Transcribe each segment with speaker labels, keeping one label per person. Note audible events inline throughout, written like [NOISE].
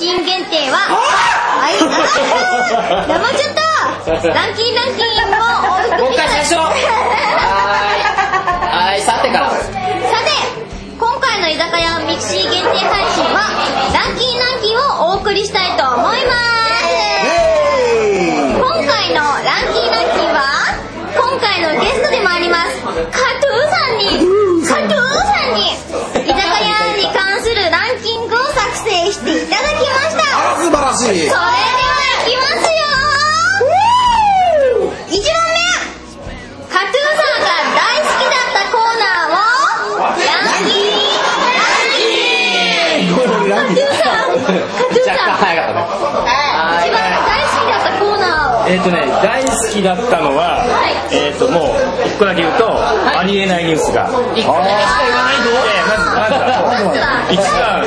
Speaker 1: 回は、はい、生ちょっと、ランキンランキンも追
Speaker 2: も
Speaker 1: い
Speaker 2: う
Speaker 1: つ
Speaker 2: 一回
Speaker 1: き
Speaker 2: しましょうはーいはーいさてから
Speaker 1: さて、今回の居酒屋ミキシー限定配信は、ランキンランキンをお送りしたいと思います。今回のランキンランキンは、今回のゲストでもあります、カトゥーさんに、カトゥーさんに、居酒屋に関するランキングを作成していただきました。
Speaker 3: あ素晴らしい
Speaker 1: それではいきますよ一問目カトゥーさんが大好きだったコーナーをランキングランキングカトゥーさんカトゥー
Speaker 2: 若干
Speaker 1: さん
Speaker 2: 早かったね
Speaker 1: はい一番大好きだったコーナーを
Speaker 4: えっ、とね大好きだったのは、
Speaker 1: はい
Speaker 4: えっ、ともう一個だけ言うと、ありえないニュースが
Speaker 2: 一個だけしか言わないぞ
Speaker 4: えーまずまず
Speaker 1: は
Speaker 4: 一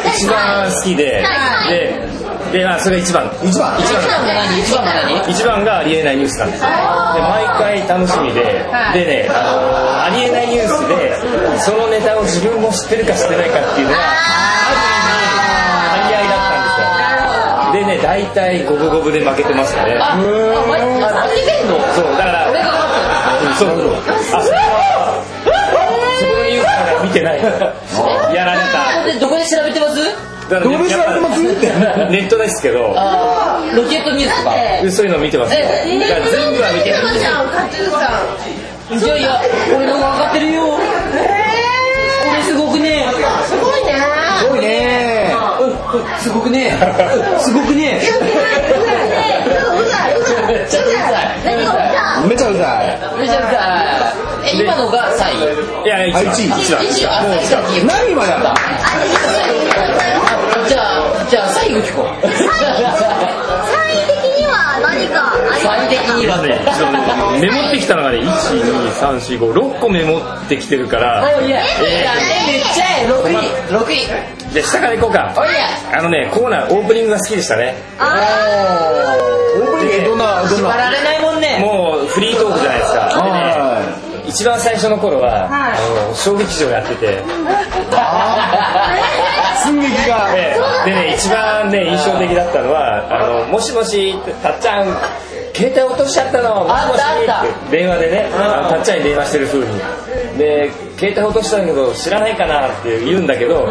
Speaker 4: 番一番好きで
Speaker 1: はい
Speaker 4: でで、まあ、それが一番
Speaker 3: 一番
Speaker 2: 一番が何一番が何
Speaker 4: 一番がありえないニュースなんですよで毎回楽しみで、
Speaker 2: はい
Speaker 4: でねあのありえないニュースでそのネタを自分も知ってるか知ってないかっていうのはある意味張り合いだったんですよでね大体五分五分で負けてましたね
Speaker 2: あ、あ、毎回負けてんの
Speaker 4: そうだから
Speaker 2: 俺が勝ったんです
Speaker 4: うんそうそうあそこはそこのニュースから見てないやられた
Speaker 2: でどこで調べてます
Speaker 4: だ
Speaker 3: どうでした
Speaker 4: やっ
Speaker 3: でも
Speaker 4: ぱ
Speaker 3: ずっ
Speaker 4: ネットですけど
Speaker 2: あーロケットニュースとか
Speaker 4: そういうの見てますよだから全部は見てない
Speaker 2: いやいや俺の方が分かってるよ俺すごくね
Speaker 3: すごいね
Speaker 2: すごくねすごくね
Speaker 1: 何が起きた
Speaker 2: めっちゃうざい
Speaker 3: めちゃうざ
Speaker 2: めっちゃうざいえ今のが3位
Speaker 4: いや一
Speaker 3: いあ
Speaker 4: 番
Speaker 3: 一位
Speaker 4: 一番
Speaker 2: 一番あ最初に
Speaker 3: 何今や
Speaker 2: じゃあじゃあ最後聞こう
Speaker 1: 3位的には何かあり
Speaker 2: 最
Speaker 1: ま
Speaker 2: 的にはね
Speaker 4: ちょっとねメモってきたのがね12345個メモってきてる
Speaker 2: [LAUGHS]
Speaker 4: か
Speaker 2: お
Speaker 4: ら
Speaker 2: いやめっちゃえ6位6位
Speaker 4: じゃあ下からいこうか
Speaker 2: おいや
Speaker 4: あのねコーナーオープニングが好きでしたね
Speaker 3: オープニングどんなどん
Speaker 2: 縛
Speaker 3: な
Speaker 2: られないもんね
Speaker 4: もうフリートークじゃないですかでね
Speaker 3: は
Speaker 4: 一番最初の頃は、あの小劇場やってて
Speaker 3: い寸劇が
Speaker 4: ででね一番ね印象的だったのは「あのもしもしたっちゃん携帯落としちゃったのもし
Speaker 2: あ
Speaker 4: もし」
Speaker 2: ったあった
Speaker 4: って電話でねあのたっちゃんに電話してる風にで携帯落としたんだけど知らないかなって言うんだけど、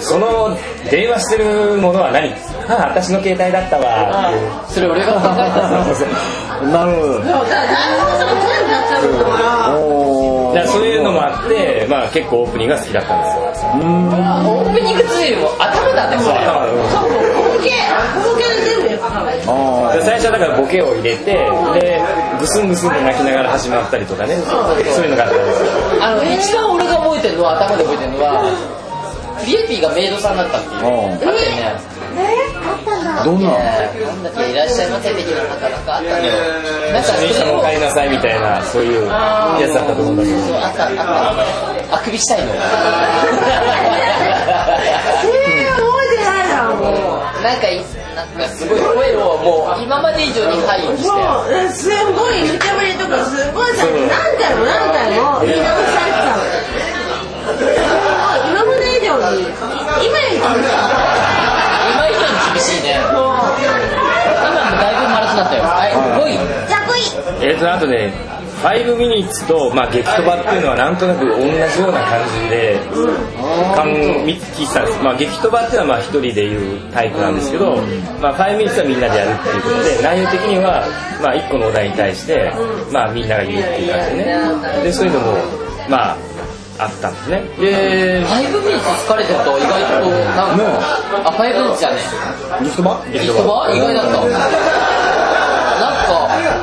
Speaker 4: その電話してるものは何あ私の携帯だったわっていう
Speaker 2: それ俺が考えたんです
Speaker 3: なるほどお
Speaker 4: だから
Speaker 3: ー
Speaker 4: そういうのもあって、まあ、結構オープニングが好きだったんですよ
Speaker 2: オープニング2よりも頭だねもう
Speaker 4: そう頭だね
Speaker 3: あ
Speaker 4: で最初はだからボケを入れてでぐすんぐすんで泣きながら始まったりとかねそういうのがあったんですよ
Speaker 2: あの一番俺が覚えてるのは頭で覚えてるのはクリエイティがメイドさんだったっていう
Speaker 3: うん
Speaker 2: あったよね
Speaker 3: ーどんな
Speaker 2: えーなんだっけいらっしゃいませ的ななんかなんかあったのよなんかそ
Speaker 4: 電車
Speaker 2: れ
Speaker 4: も
Speaker 2: を
Speaker 4: 帰りなさいみたいなそういう
Speaker 2: あー
Speaker 4: やつだったと思うんだけど
Speaker 2: そうあったあったあくびしたいのなんかいなんかすごい声をもう今まで以上にハイにして今以上に厳しいね今もだいぶ丸くなったよはい5位
Speaker 1: じゃあ5位
Speaker 4: えっ、とあとね5ミニッツと、まあ、激飛ばっていうのはなんとなく同じような感じで感を見聞いてたんです、まあ、激飛ばっていうのはまあ一人でいうタイプなんですけど、まあ、5ミニッツはみんなでやるっていうことで内容的には、まあ、1個のお題に対して、まあ、みんなが言うっていう感じでねでそういうのもまああったんですねで
Speaker 2: ファイブミニッツ疲れてると意外となん
Speaker 3: ね
Speaker 2: かあファイブミニッツじゃね
Speaker 3: リストバ
Speaker 2: え人は意外だったなん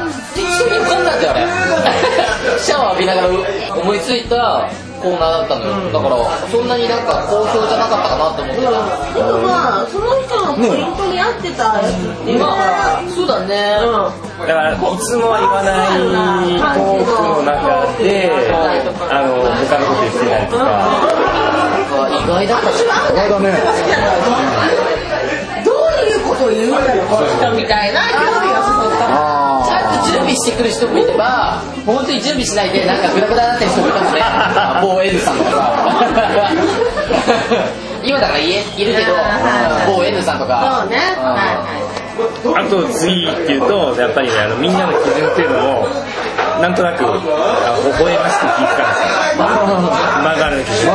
Speaker 2: か一緒に浮かんだんだよあれシャワー浴びながら思いついたコーナーだったのよだからそんなになんか好評じゃなかったかなと思ってたまあそうだね
Speaker 4: だからいつもは言わないトークの中であの他のこと言ってないとか
Speaker 2: なんか意外だったし
Speaker 3: 意外だね
Speaker 2: ち
Speaker 3: あ
Speaker 2: ゃんと準備してくる人もいれば、本当に準備しないで、なんかグダグダになってる人もいたのね、某 L さんとか。 [LAUGHS] 今だから家いるけど
Speaker 5: うん
Speaker 2: 某 N さんとか
Speaker 5: そうね。
Speaker 2: ん
Speaker 5: はい
Speaker 4: あと次っていうとやっぱりねあのみんなの基準っていうのをなんとなくあ微笑ましく聞いてたんですよマガールの基準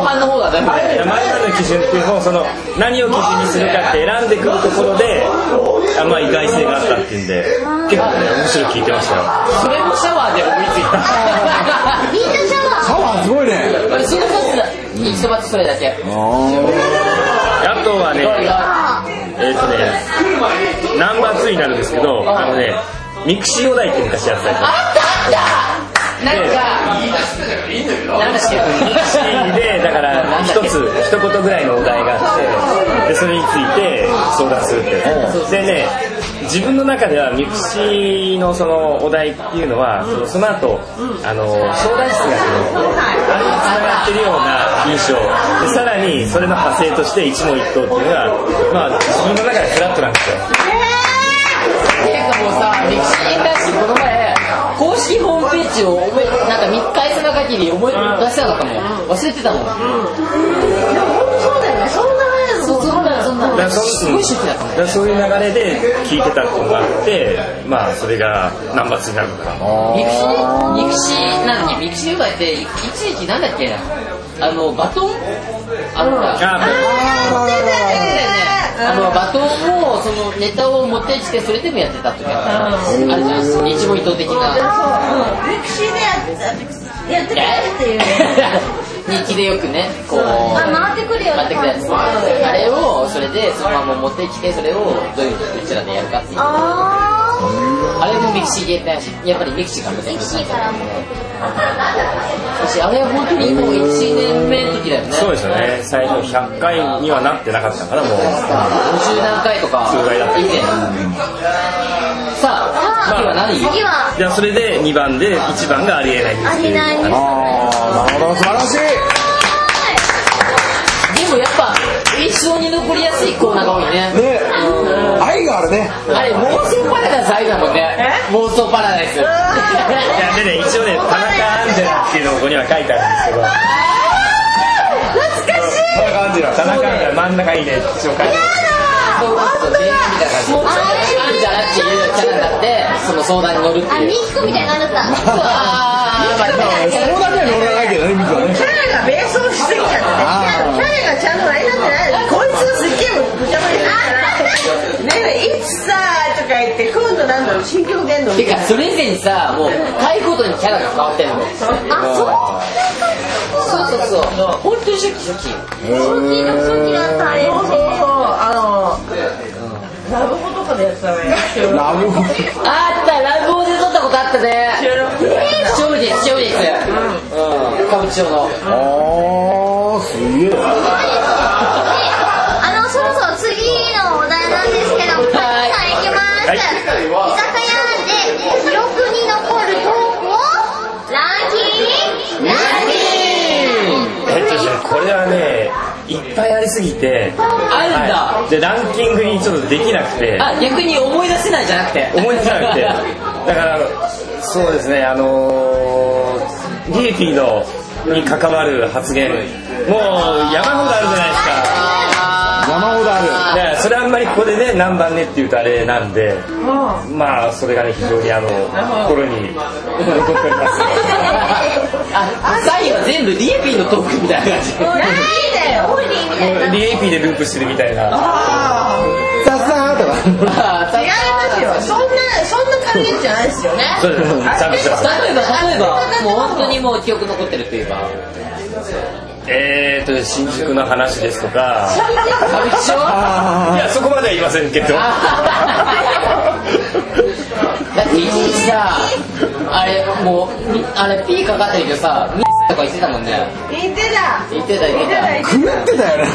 Speaker 2: 後半の方がだめだよね
Speaker 4: マガールの基準っていうのをその何を基準にするかって選んでくるところであまあ意外性があったっていうんで結構ね面白い聞いてましたよ
Speaker 2: それもシャワーで思いついた
Speaker 1: みんなシャワー
Speaker 3: シャワーすごいね
Speaker 2: 俺その2つだ一バそれだけ
Speaker 4: あとはねえっ、とねナンバー2になるんですけどあのねミクシーお題って昔やってた
Speaker 2: あったあ
Speaker 4: や
Speaker 2: ったなんか、なんだっけ、
Speaker 4: [LAUGHS]
Speaker 2: ミク
Speaker 4: つシーでだから一つ一言ぐらいのお題があってでそれについて相談するってやつでね自分の中ではミクシーのそのお題っていうのはそのその後あの相談室がこうあれに繋がってるような印象でさらにそれの派生として一問一答っていうのがまあ自分の中でフラットなんですよ
Speaker 2: ていうかもうさ、歴史に対してこの前、公式ホームページを覚えなんか見返せな限り思い出せなかったもん。忘れてたもん。
Speaker 5: でも本当そうだよね。そんな前の
Speaker 2: そう、そんな、そんな。
Speaker 4: だからそ
Speaker 2: すごい出世だった
Speaker 4: だ
Speaker 2: ね。
Speaker 4: からそういう流れで聞いてたっていうのがあってまあそれがナンバー2になるのかな
Speaker 2: ミクシー、ミクシー、なんだっけ、ミクシーうまいって、い一時期なんだっけ、あの、バトンあのほら、
Speaker 4: あ
Speaker 2: あのバトンをそのネタを持ってきてそれでもやってた時あったじゃないあれじゃない一問一答的な
Speaker 5: そう。ミクシーでやってやってくれるっていう。
Speaker 2: [LAUGHS] 日記でよくねこう
Speaker 1: あ回ってくるよ
Speaker 2: 回ってくるやつあれをそれでそのまま持ってきてそれをどういうふうにうちらでやるかっていう
Speaker 1: あ
Speaker 2: あれもミクシー系ってやっぱりミクシーから
Speaker 1: ーミクシーからも
Speaker 2: 私あれ本当にもう1年目の時だよね
Speaker 4: そうですよね最初100回にはなってなかったからもう
Speaker 2: 50何回とか
Speaker 4: 数回だった
Speaker 2: 以前さあ次は何
Speaker 1: 次は
Speaker 4: じゃあそれで2番で1番がありえない
Speaker 1: ありない
Speaker 3: ああなるほど素晴らしい
Speaker 2: でもやっぱ印象に残りやすいコーナーが多いね
Speaker 3: ね愛があるね
Speaker 2: あれ妄想パラダイスありだもんね妄想パラダイス
Speaker 4: いやでね一応ね田中アンジェラっていうのをここには書いてあるんです
Speaker 3: 田中アンジェラ
Speaker 4: けど田中アンジェラ真ん中にね一応書いてある
Speaker 2: そうそう全員みたいな感じ
Speaker 1: あれ
Speaker 2: あんじゃなっていうキャラになってその相談に乗るって
Speaker 1: あ
Speaker 2: いう
Speaker 1: ミキコみたいになっちゃった
Speaker 2: あーまあまあ
Speaker 3: そこだけは乗らないけどねミクはね
Speaker 5: キャラが迷走しすぎちゃってねキャラがちゃんとあれなんじゃないのこいつすっげえぐちゃぐちゃだからねえいつさーとか言って今度なんだろう新曲言動
Speaker 2: て
Speaker 5: みたい
Speaker 2: か
Speaker 5: な
Speaker 2: それ以前にさもう回ごとにキャラが変わってんの
Speaker 1: あ
Speaker 2: そうそうそう本当に初期初期
Speaker 1: そう初期の初期だったあれ
Speaker 5: そうそうそうあのラブホとかでやってたね
Speaker 3: ラブホ
Speaker 2: あったラブオで撮ったことあったね視聴率視聴率うん歌舞伎町の
Speaker 3: ああすげえ
Speaker 1: あのそろそろ次のお題なんですけど、
Speaker 2: は
Speaker 1: はいい、さんいきます、
Speaker 4: は
Speaker 1: 居
Speaker 4: い
Speaker 1: 酒屋で記録に残るトークをランキングランキング
Speaker 4: えっとじゃあこれはねいっぱいありすぎて
Speaker 2: あるんだ、
Speaker 4: はいでランキングにちょっとできなくて
Speaker 2: あ逆に思い出せないじゃなくて
Speaker 4: 思い出さなくてだからそうですねあのー、リエティのに関わる発言もう山ほどあるじゃないですか
Speaker 3: 山ほどあ
Speaker 4: だからそれあんまりここでね何番ねって言うとあれなんでまあそれがね非常にあの心に残っております
Speaker 2: あサインは全部リエピーのトークみたいな感じ
Speaker 5: もういいだよ違う
Speaker 4: リエピでループしてるみたいな
Speaker 3: るさっさーとか
Speaker 2: 違
Speaker 5: ますよそんなそんな軽いやつじゃないですよね
Speaker 4: そうですちゃんとしてます
Speaker 2: 例えば例えばもう本当にもう記憶残ってるといえ [LAUGHS] ば
Speaker 4: えーと新宿の話ですとか
Speaker 2: 歌舞伎町
Speaker 4: いやそこまでは言いませ
Speaker 2: [LAUGHS]
Speaker 4: んけど
Speaker 2: だって一日さあれもうみあれ P かかってるけどさミとか言ってたもんね
Speaker 5: 言ってた
Speaker 2: 言ってた言ってた
Speaker 3: 狂ってたよね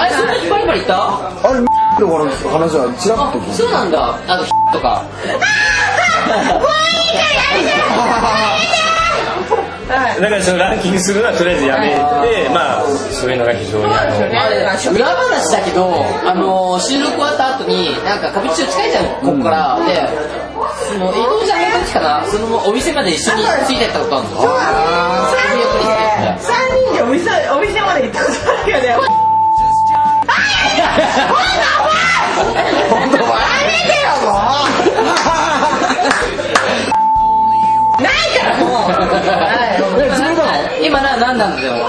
Speaker 2: あれそんなにバリバリいた
Speaker 3: あれ [LAUGHS] の話はちらっと
Speaker 2: あ
Speaker 3: 聞い
Speaker 2: そうなんだあととか
Speaker 3: た
Speaker 4: だからそのランキングするのはとりあえずやめて、まあ、そういうのが非常にあの、
Speaker 2: あれ裏話だけど、あのー収録終わった後に、なんか歌舞伎町近いじゃん、ここから。で、その移動じゃない時かな、そのお店まで一緒についてったことあるの。 [LAUGHS]
Speaker 5: 三人でお店お店まで行ったことあるよね。
Speaker 3: え自分だ
Speaker 2: 今な、なんなんだよ。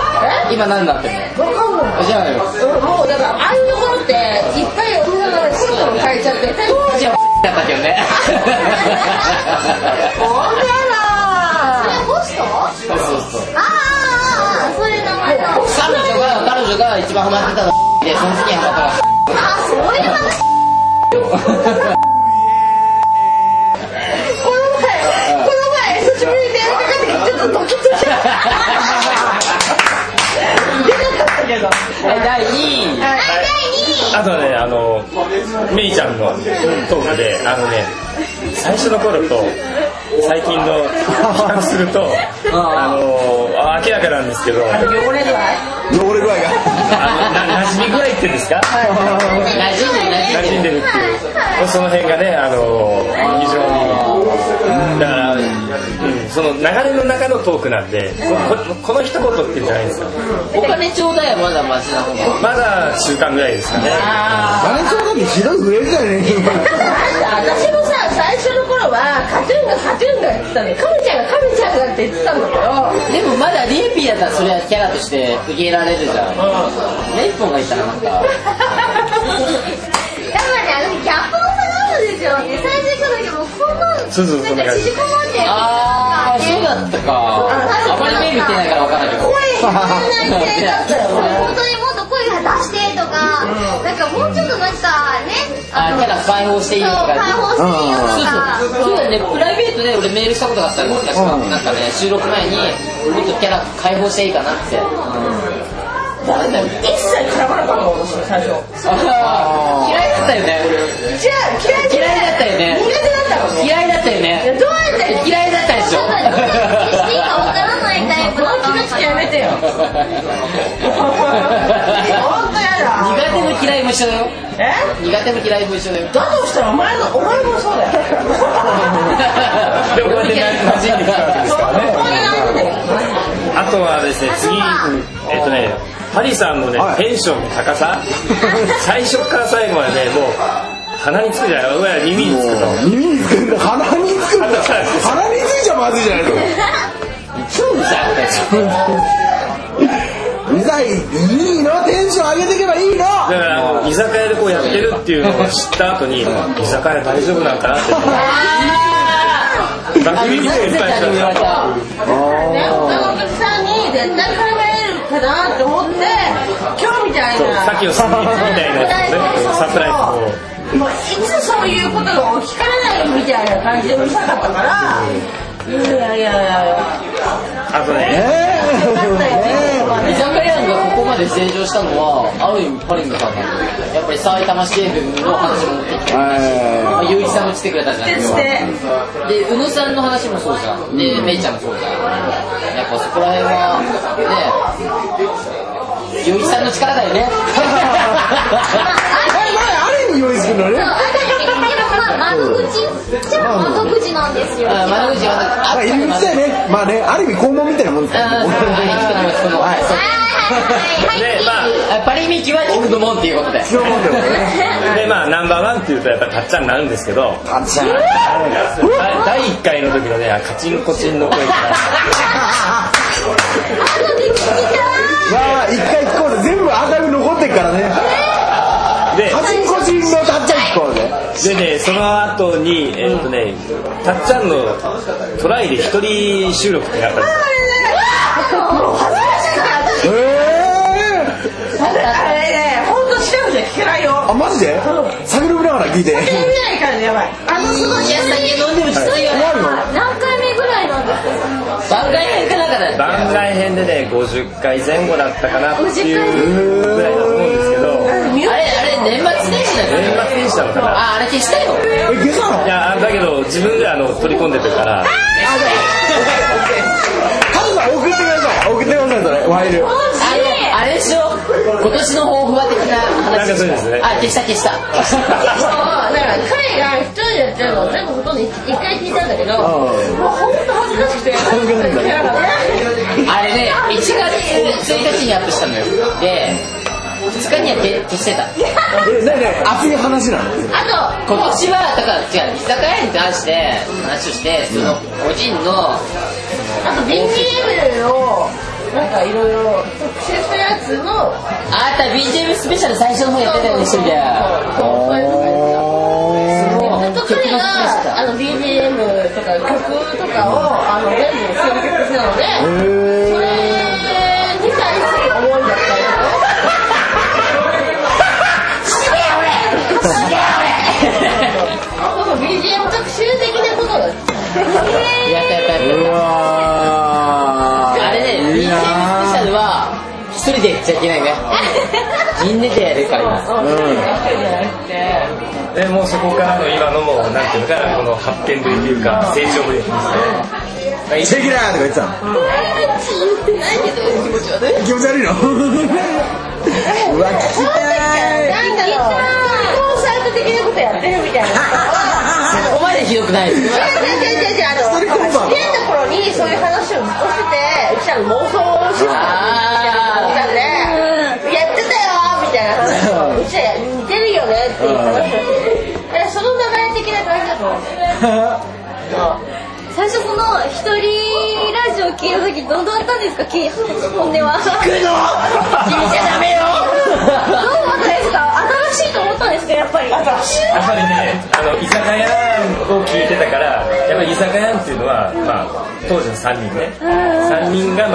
Speaker 2: 今なんだってんの。
Speaker 5: わかんない。
Speaker 2: じゃあよ。
Speaker 5: もうだからああいうところっていっぱいお店がそろそろ変えちゃって。当
Speaker 2: じゃあ、だったけどね。
Speaker 5: 本当
Speaker 1: ホストあ
Speaker 2: そうそうそう。
Speaker 1: あああそういう名前だ
Speaker 2: 彼女が、彼女が一番ハマってたので、その次にハマったの
Speaker 1: あそういう名前
Speaker 5: この前この前久しぶりに電話かかってきてちょっとドキッとしちゃった。出なかったけど。
Speaker 2: はい第2位。
Speaker 4: あとはね、あの、メイちゃんのトークで、あのね、最初の頃と、最近の比較すると、あの、明らかなんですけど、あの、
Speaker 5: 汚れ具合。
Speaker 3: 汚れ具合が
Speaker 4: な馴染み具合っていうんですか
Speaker 2: 馴染んでる、馴染んでる
Speaker 4: 馴染んでるっていう、その辺がね、あの、非常に、だから、うん、その流れの中のトークなんで、こここの一言っていうんじゃないんですよ。
Speaker 2: お金ちょうだいはまだマシな方が。
Speaker 4: まだ中間ぐらいですかね。
Speaker 3: あれその時ひどいフレーズだよね
Speaker 5: 私もさ最初の頃はカトゥーンがカトゥーンがって言ってたのよカメちゃんがカメちゃんがって言ってたんだけど
Speaker 2: でもまだリーピーだったらそれはキャラとして受け入れられるじゃん。レイポンがいたらなんか、
Speaker 1: やっぱねあのギャップを探すんですよね最初に来た時もこんななんか
Speaker 4: そうそうそう
Speaker 1: 縮こまってる
Speaker 2: あー、そうだったか。あまり目見てないからわからないけど。
Speaker 1: そんな性だったよ本当にもっと声が出してとかなんかもうちょっとなんかね
Speaker 2: あ、キャラ解放していい
Speaker 1: そう
Speaker 2: よと
Speaker 1: 解
Speaker 2: か。
Speaker 1: 放していいよ
Speaker 2: そう
Speaker 1: とか
Speaker 2: そうそうだね、プライベートで俺メールしたことがあったんですよ、
Speaker 3: うん
Speaker 2: なんかね、収録前に、もっとキャラ解放していいかなって。ダメだよね。
Speaker 5: 一切絡まなかったの私最初
Speaker 2: あー嫌いだったよね、
Speaker 5: じゃあ
Speaker 2: 俺。嫌
Speaker 5: 嫌いじゃ
Speaker 2: いだったよね
Speaker 5: 苦。手だったのね
Speaker 2: 嫌いだったよ
Speaker 5: いや
Speaker 2: ね。
Speaker 5: どうやって
Speaker 2: 嫌いだったでし
Speaker 1: そうだねどうしていいかわ
Speaker 2: ょ。
Speaker 1: からないタイプ
Speaker 5: こ
Speaker 1: だっ
Speaker 5: の
Speaker 1: た
Speaker 5: 気
Speaker 1: のか
Speaker 5: 持ちや
Speaker 1: な
Speaker 2: [LAUGHS]
Speaker 5: めてよ本当やだ
Speaker 2: 苦手も嫌いも一緒だよ。
Speaker 5: え
Speaker 2: 苦手も嫌いも一緒 [LAUGHS] だよ。
Speaker 5: だとしたらお前のお前もそうだよ
Speaker 4: でも [LAUGHS] こうやって馴
Speaker 2: [LAUGHS]
Speaker 4: 染んできたわけですからね。 [LAUGHS] あとはですね、次、えっとね、ハリさんのね、
Speaker 3: はい
Speaker 4: テンションの高
Speaker 3: [LAUGHS]
Speaker 4: さ、最初から最後までね、もう、鼻につくじゃない、俺ら耳につくと。
Speaker 3: [LAUGHS] 耳につくんだ鼻につくんだ鼻についちゃまずいじゃないの
Speaker 2: 超うざかったよ。
Speaker 3: うざいいいのテンション上げていけばいいの
Speaker 4: [LAUGHS] だからあの、居酒屋でこうやってるっていうのを知った後に、居酒屋大丈夫なんかなって思う。番組にもいっぱいし
Speaker 2: 言わ
Speaker 4: ま
Speaker 2: れ
Speaker 4: した。
Speaker 2: た。
Speaker 5: ね、他のお客さんに絶対絡まれるかなって思って今日みたい
Speaker 4: そう
Speaker 5: な
Speaker 4: さっきのスピーチみたいなやつをね、サプライズを。
Speaker 5: もういつそういうことが起きかねないみたいな感じでうるさかったからいやいやいやいや
Speaker 4: あとね、
Speaker 5: よかったよねまあ
Speaker 2: 居
Speaker 5: ね
Speaker 2: 酒屋がここまで成長したのは、ある意味パリングさんなんだよやっぱり埼玉市政府の話も持ってきて、まあ、ゆういちさんも来てくれたじゃない
Speaker 5: で
Speaker 2: です
Speaker 5: し
Speaker 2: か。
Speaker 5: て
Speaker 2: で、宇野さんの話もそうじゃん。で、めいちゃんもそうじゃん。やっぱそこら辺は、ね、ゆういちさんの力だよね。
Speaker 3: あれに用意するのね
Speaker 1: そう、あたり結局まあ窓口じゃあ窓口なんですよ。
Speaker 2: あ窓口は、あ
Speaker 3: まあ、入り口だよね。まあね、ある意味肛門みたいなもんです
Speaker 2: あ
Speaker 3: よね。
Speaker 2: そうそうはいそう
Speaker 1: はいはいはいはい。
Speaker 4: で、まあ、
Speaker 2: あパリミキは聞くのもんっていうことで。
Speaker 3: 一応もんだよね。
Speaker 4: でまあナンバーワンっていうとやっぱたっちゃんになるんですけど
Speaker 3: あっちゃん。
Speaker 4: 第1回の時のねカチンコチンの声が [LAUGHS]
Speaker 3: わあ、一回聞こうぜ。全部アーカイブ残ってっからね。
Speaker 4: で
Speaker 3: パチンコチンのたっちゃん聞こうぜ。
Speaker 4: でねその後にえっとねたっちゃんのトライで一人収録ってやったんですよ
Speaker 3: ええ
Speaker 5: あれね本当調べじゃ聞けないよ
Speaker 3: ー。あ、マジで探りながら聞いて。
Speaker 5: 見ないからねやばい
Speaker 1: あのすごい
Speaker 2: 飲んでもきついよね。
Speaker 3: あるの
Speaker 1: 何回目ぐらいなんですか。
Speaker 2: 番外編かなんかだよ。
Speaker 4: 番外編でね50回前後だったかなっていうぐらいだと思うんですけど
Speaker 2: あれ、あれ、年末年始だよ。
Speaker 4: 年末年始なのかな
Speaker 2: あ、あれ消したよ。
Speaker 3: え、消した
Speaker 4: い
Speaker 3: の
Speaker 4: やだけど自分であの取り込んでたから
Speaker 3: カズさん送ってくだ送ってくださいそれファイル
Speaker 2: あの、あれでしょ今年の抱負は的な
Speaker 4: なん
Speaker 2: 話
Speaker 4: かそうですね
Speaker 2: あ、消した消した。
Speaker 6: だから彼が一人でやってるのを全部ほとんど一一回聞いたんだけど、もう本当恥ずかしくて、
Speaker 3: んなに
Speaker 6: 聞けなかった。
Speaker 2: あれね、1月1日にアップしたのよ。で、2日にはけ消してた。
Speaker 3: えなになに熱い話なの
Speaker 6: あと、
Speaker 2: 今年は、だから違う、居酒屋に関して話をして、その、個人の、
Speaker 6: あと BGM を、なんかいろいろ特集したやつの、
Speaker 2: あなた BGM スペシャル最初の方やってたよね、一人で。
Speaker 6: そういうのがやって
Speaker 2: その
Speaker 6: た。ずっと彼が、あの BGM とか曲とかを、あの、全部選曲したので、それに対する思いだったりとか。すげえ俺すげえ俺 BGM 特集的なことだった。
Speaker 2: やったやったやっ
Speaker 3: うわ
Speaker 2: た。
Speaker 3: ー
Speaker 2: あれね、BGM ス
Speaker 3: い
Speaker 2: ペ
Speaker 3: いな
Speaker 2: シャルは、一人でやっちゃいけないね。みんなでやるから今。
Speaker 3: ー
Speaker 4: でもうそこからの今のもうなんていうのかなこの発展というか成長ぶりですね
Speaker 3: うんチェキラーとか言ってたの
Speaker 6: ないけど気持ち悪い。
Speaker 3: 気持ち悪いの [LAUGHS] うわ聞きたい
Speaker 6: なんだろう。
Speaker 5: コンサート的なことやってるみたいな
Speaker 2: そこまでひどくないです。
Speaker 5: 違う違う違う違うあの試験の頃にそういう話をずっとしててうちらの妄想をしてたみたいなのがあったんでやってたよみたいな話をうちら似てるよねっていう話をしててだからその流れ的な感じだと思うんだよね
Speaker 1: 最初その一人ラジオ聞いた時どうだったんですかき本音は聞くの聞いちゃダメよどう思ったんですか新しいと思ったんですかやっぱり
Speaker 4: やっぱりねあの居酒屋を聞いてたからやっぱり居酒屋っていうのは、まあ、当時の3人ね3人が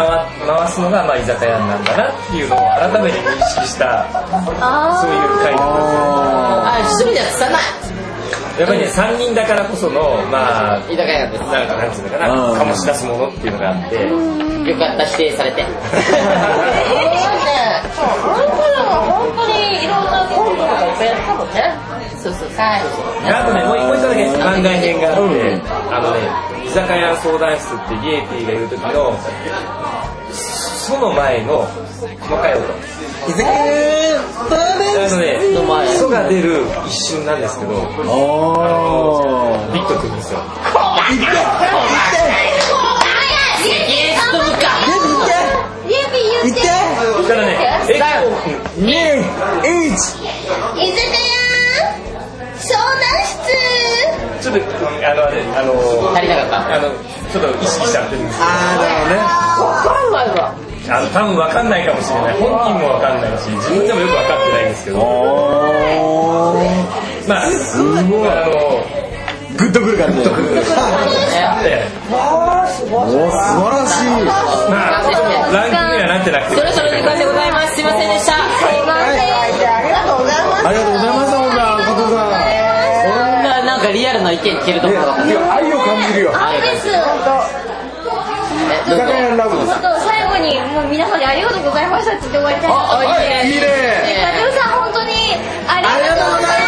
Speaker 4: 回回すのがまあ居酒屋なんだなっていうのを改めて認識したそういう回だったんですよ
Speaker 2: あ、一人でやってたな。
Speaker 4: やっぱりね、3人だからこその、まあ、
Speaker 2: 居酒屋です。
Speaker 4: なんかなんていうのかな、
Speaker 3: うん
Speaker 4: 醸し出すものっていうのがあって、
Speaker 2: よかった、否定されて。
Speaker 6: そう、あの頃は本当にいろんなコントとかいっぱいやったもんね。そうそう、はい。
Speaker 4: あとね、もう一個だけ番外編があって、あのね、居酒屋相談室ってゲイティが言う時の、その前の細かい音。
Speaker 3: 居酒屋
Speaker 4: あのね、
Speaker 2: の前。
Speaker 4: 音が出る一瞬なんですけど、
Speaker 3: おー
Speaker 4: ビットくるんですよ。
Speaker 2: ゲスト部か。
Speaker 1: イエピー言って
Speaker 4: だからね、え、
Speaker 3: 2
Speaker 1: 居酒屋相談室
Speaker 4: ちょっと、あの、あれあの、
Speaker 2: 足りなかった。
Speaker 4: あの、ちょっと意識しちゃってるんです
Speaker 3: あ
Speaker 4: けど、あの、多分わかんないかもしれない。本人もわかんないし、自分でもよくわかってないんですけど、
Speaker 3: ーなるほどね
Speaker 4: まあ、すごいあの、
Speaker 3: おーグッとくる感じ
Speaker 4: で
Speaker 3: おー素晴らしい
Speaker 4: まあ、ランキングにはなってなくて
Speaker 2: そ、れそれで完成でございます。すいませんでした。
Speaker 5: はいじゃあありがとうございます
Speaker 3: ありがとうございました本田誠
Speaker 2: こんななんかリアルな意見聞けるところだった
Speaker 3: さんい
Speaker 2: ね。
Speaker 3: や愛を感じるよ
Speaker 1: あれです
Speaker 3: 居酒屋ラブです
Speaker 1: ちょっと最後にもう皆さんにありがとうございましたって言って終わりたいなと思います
Speaker 2: あいいね
Speaker 3: いいね
Speaker 1: カズルさん本当にありがとうございま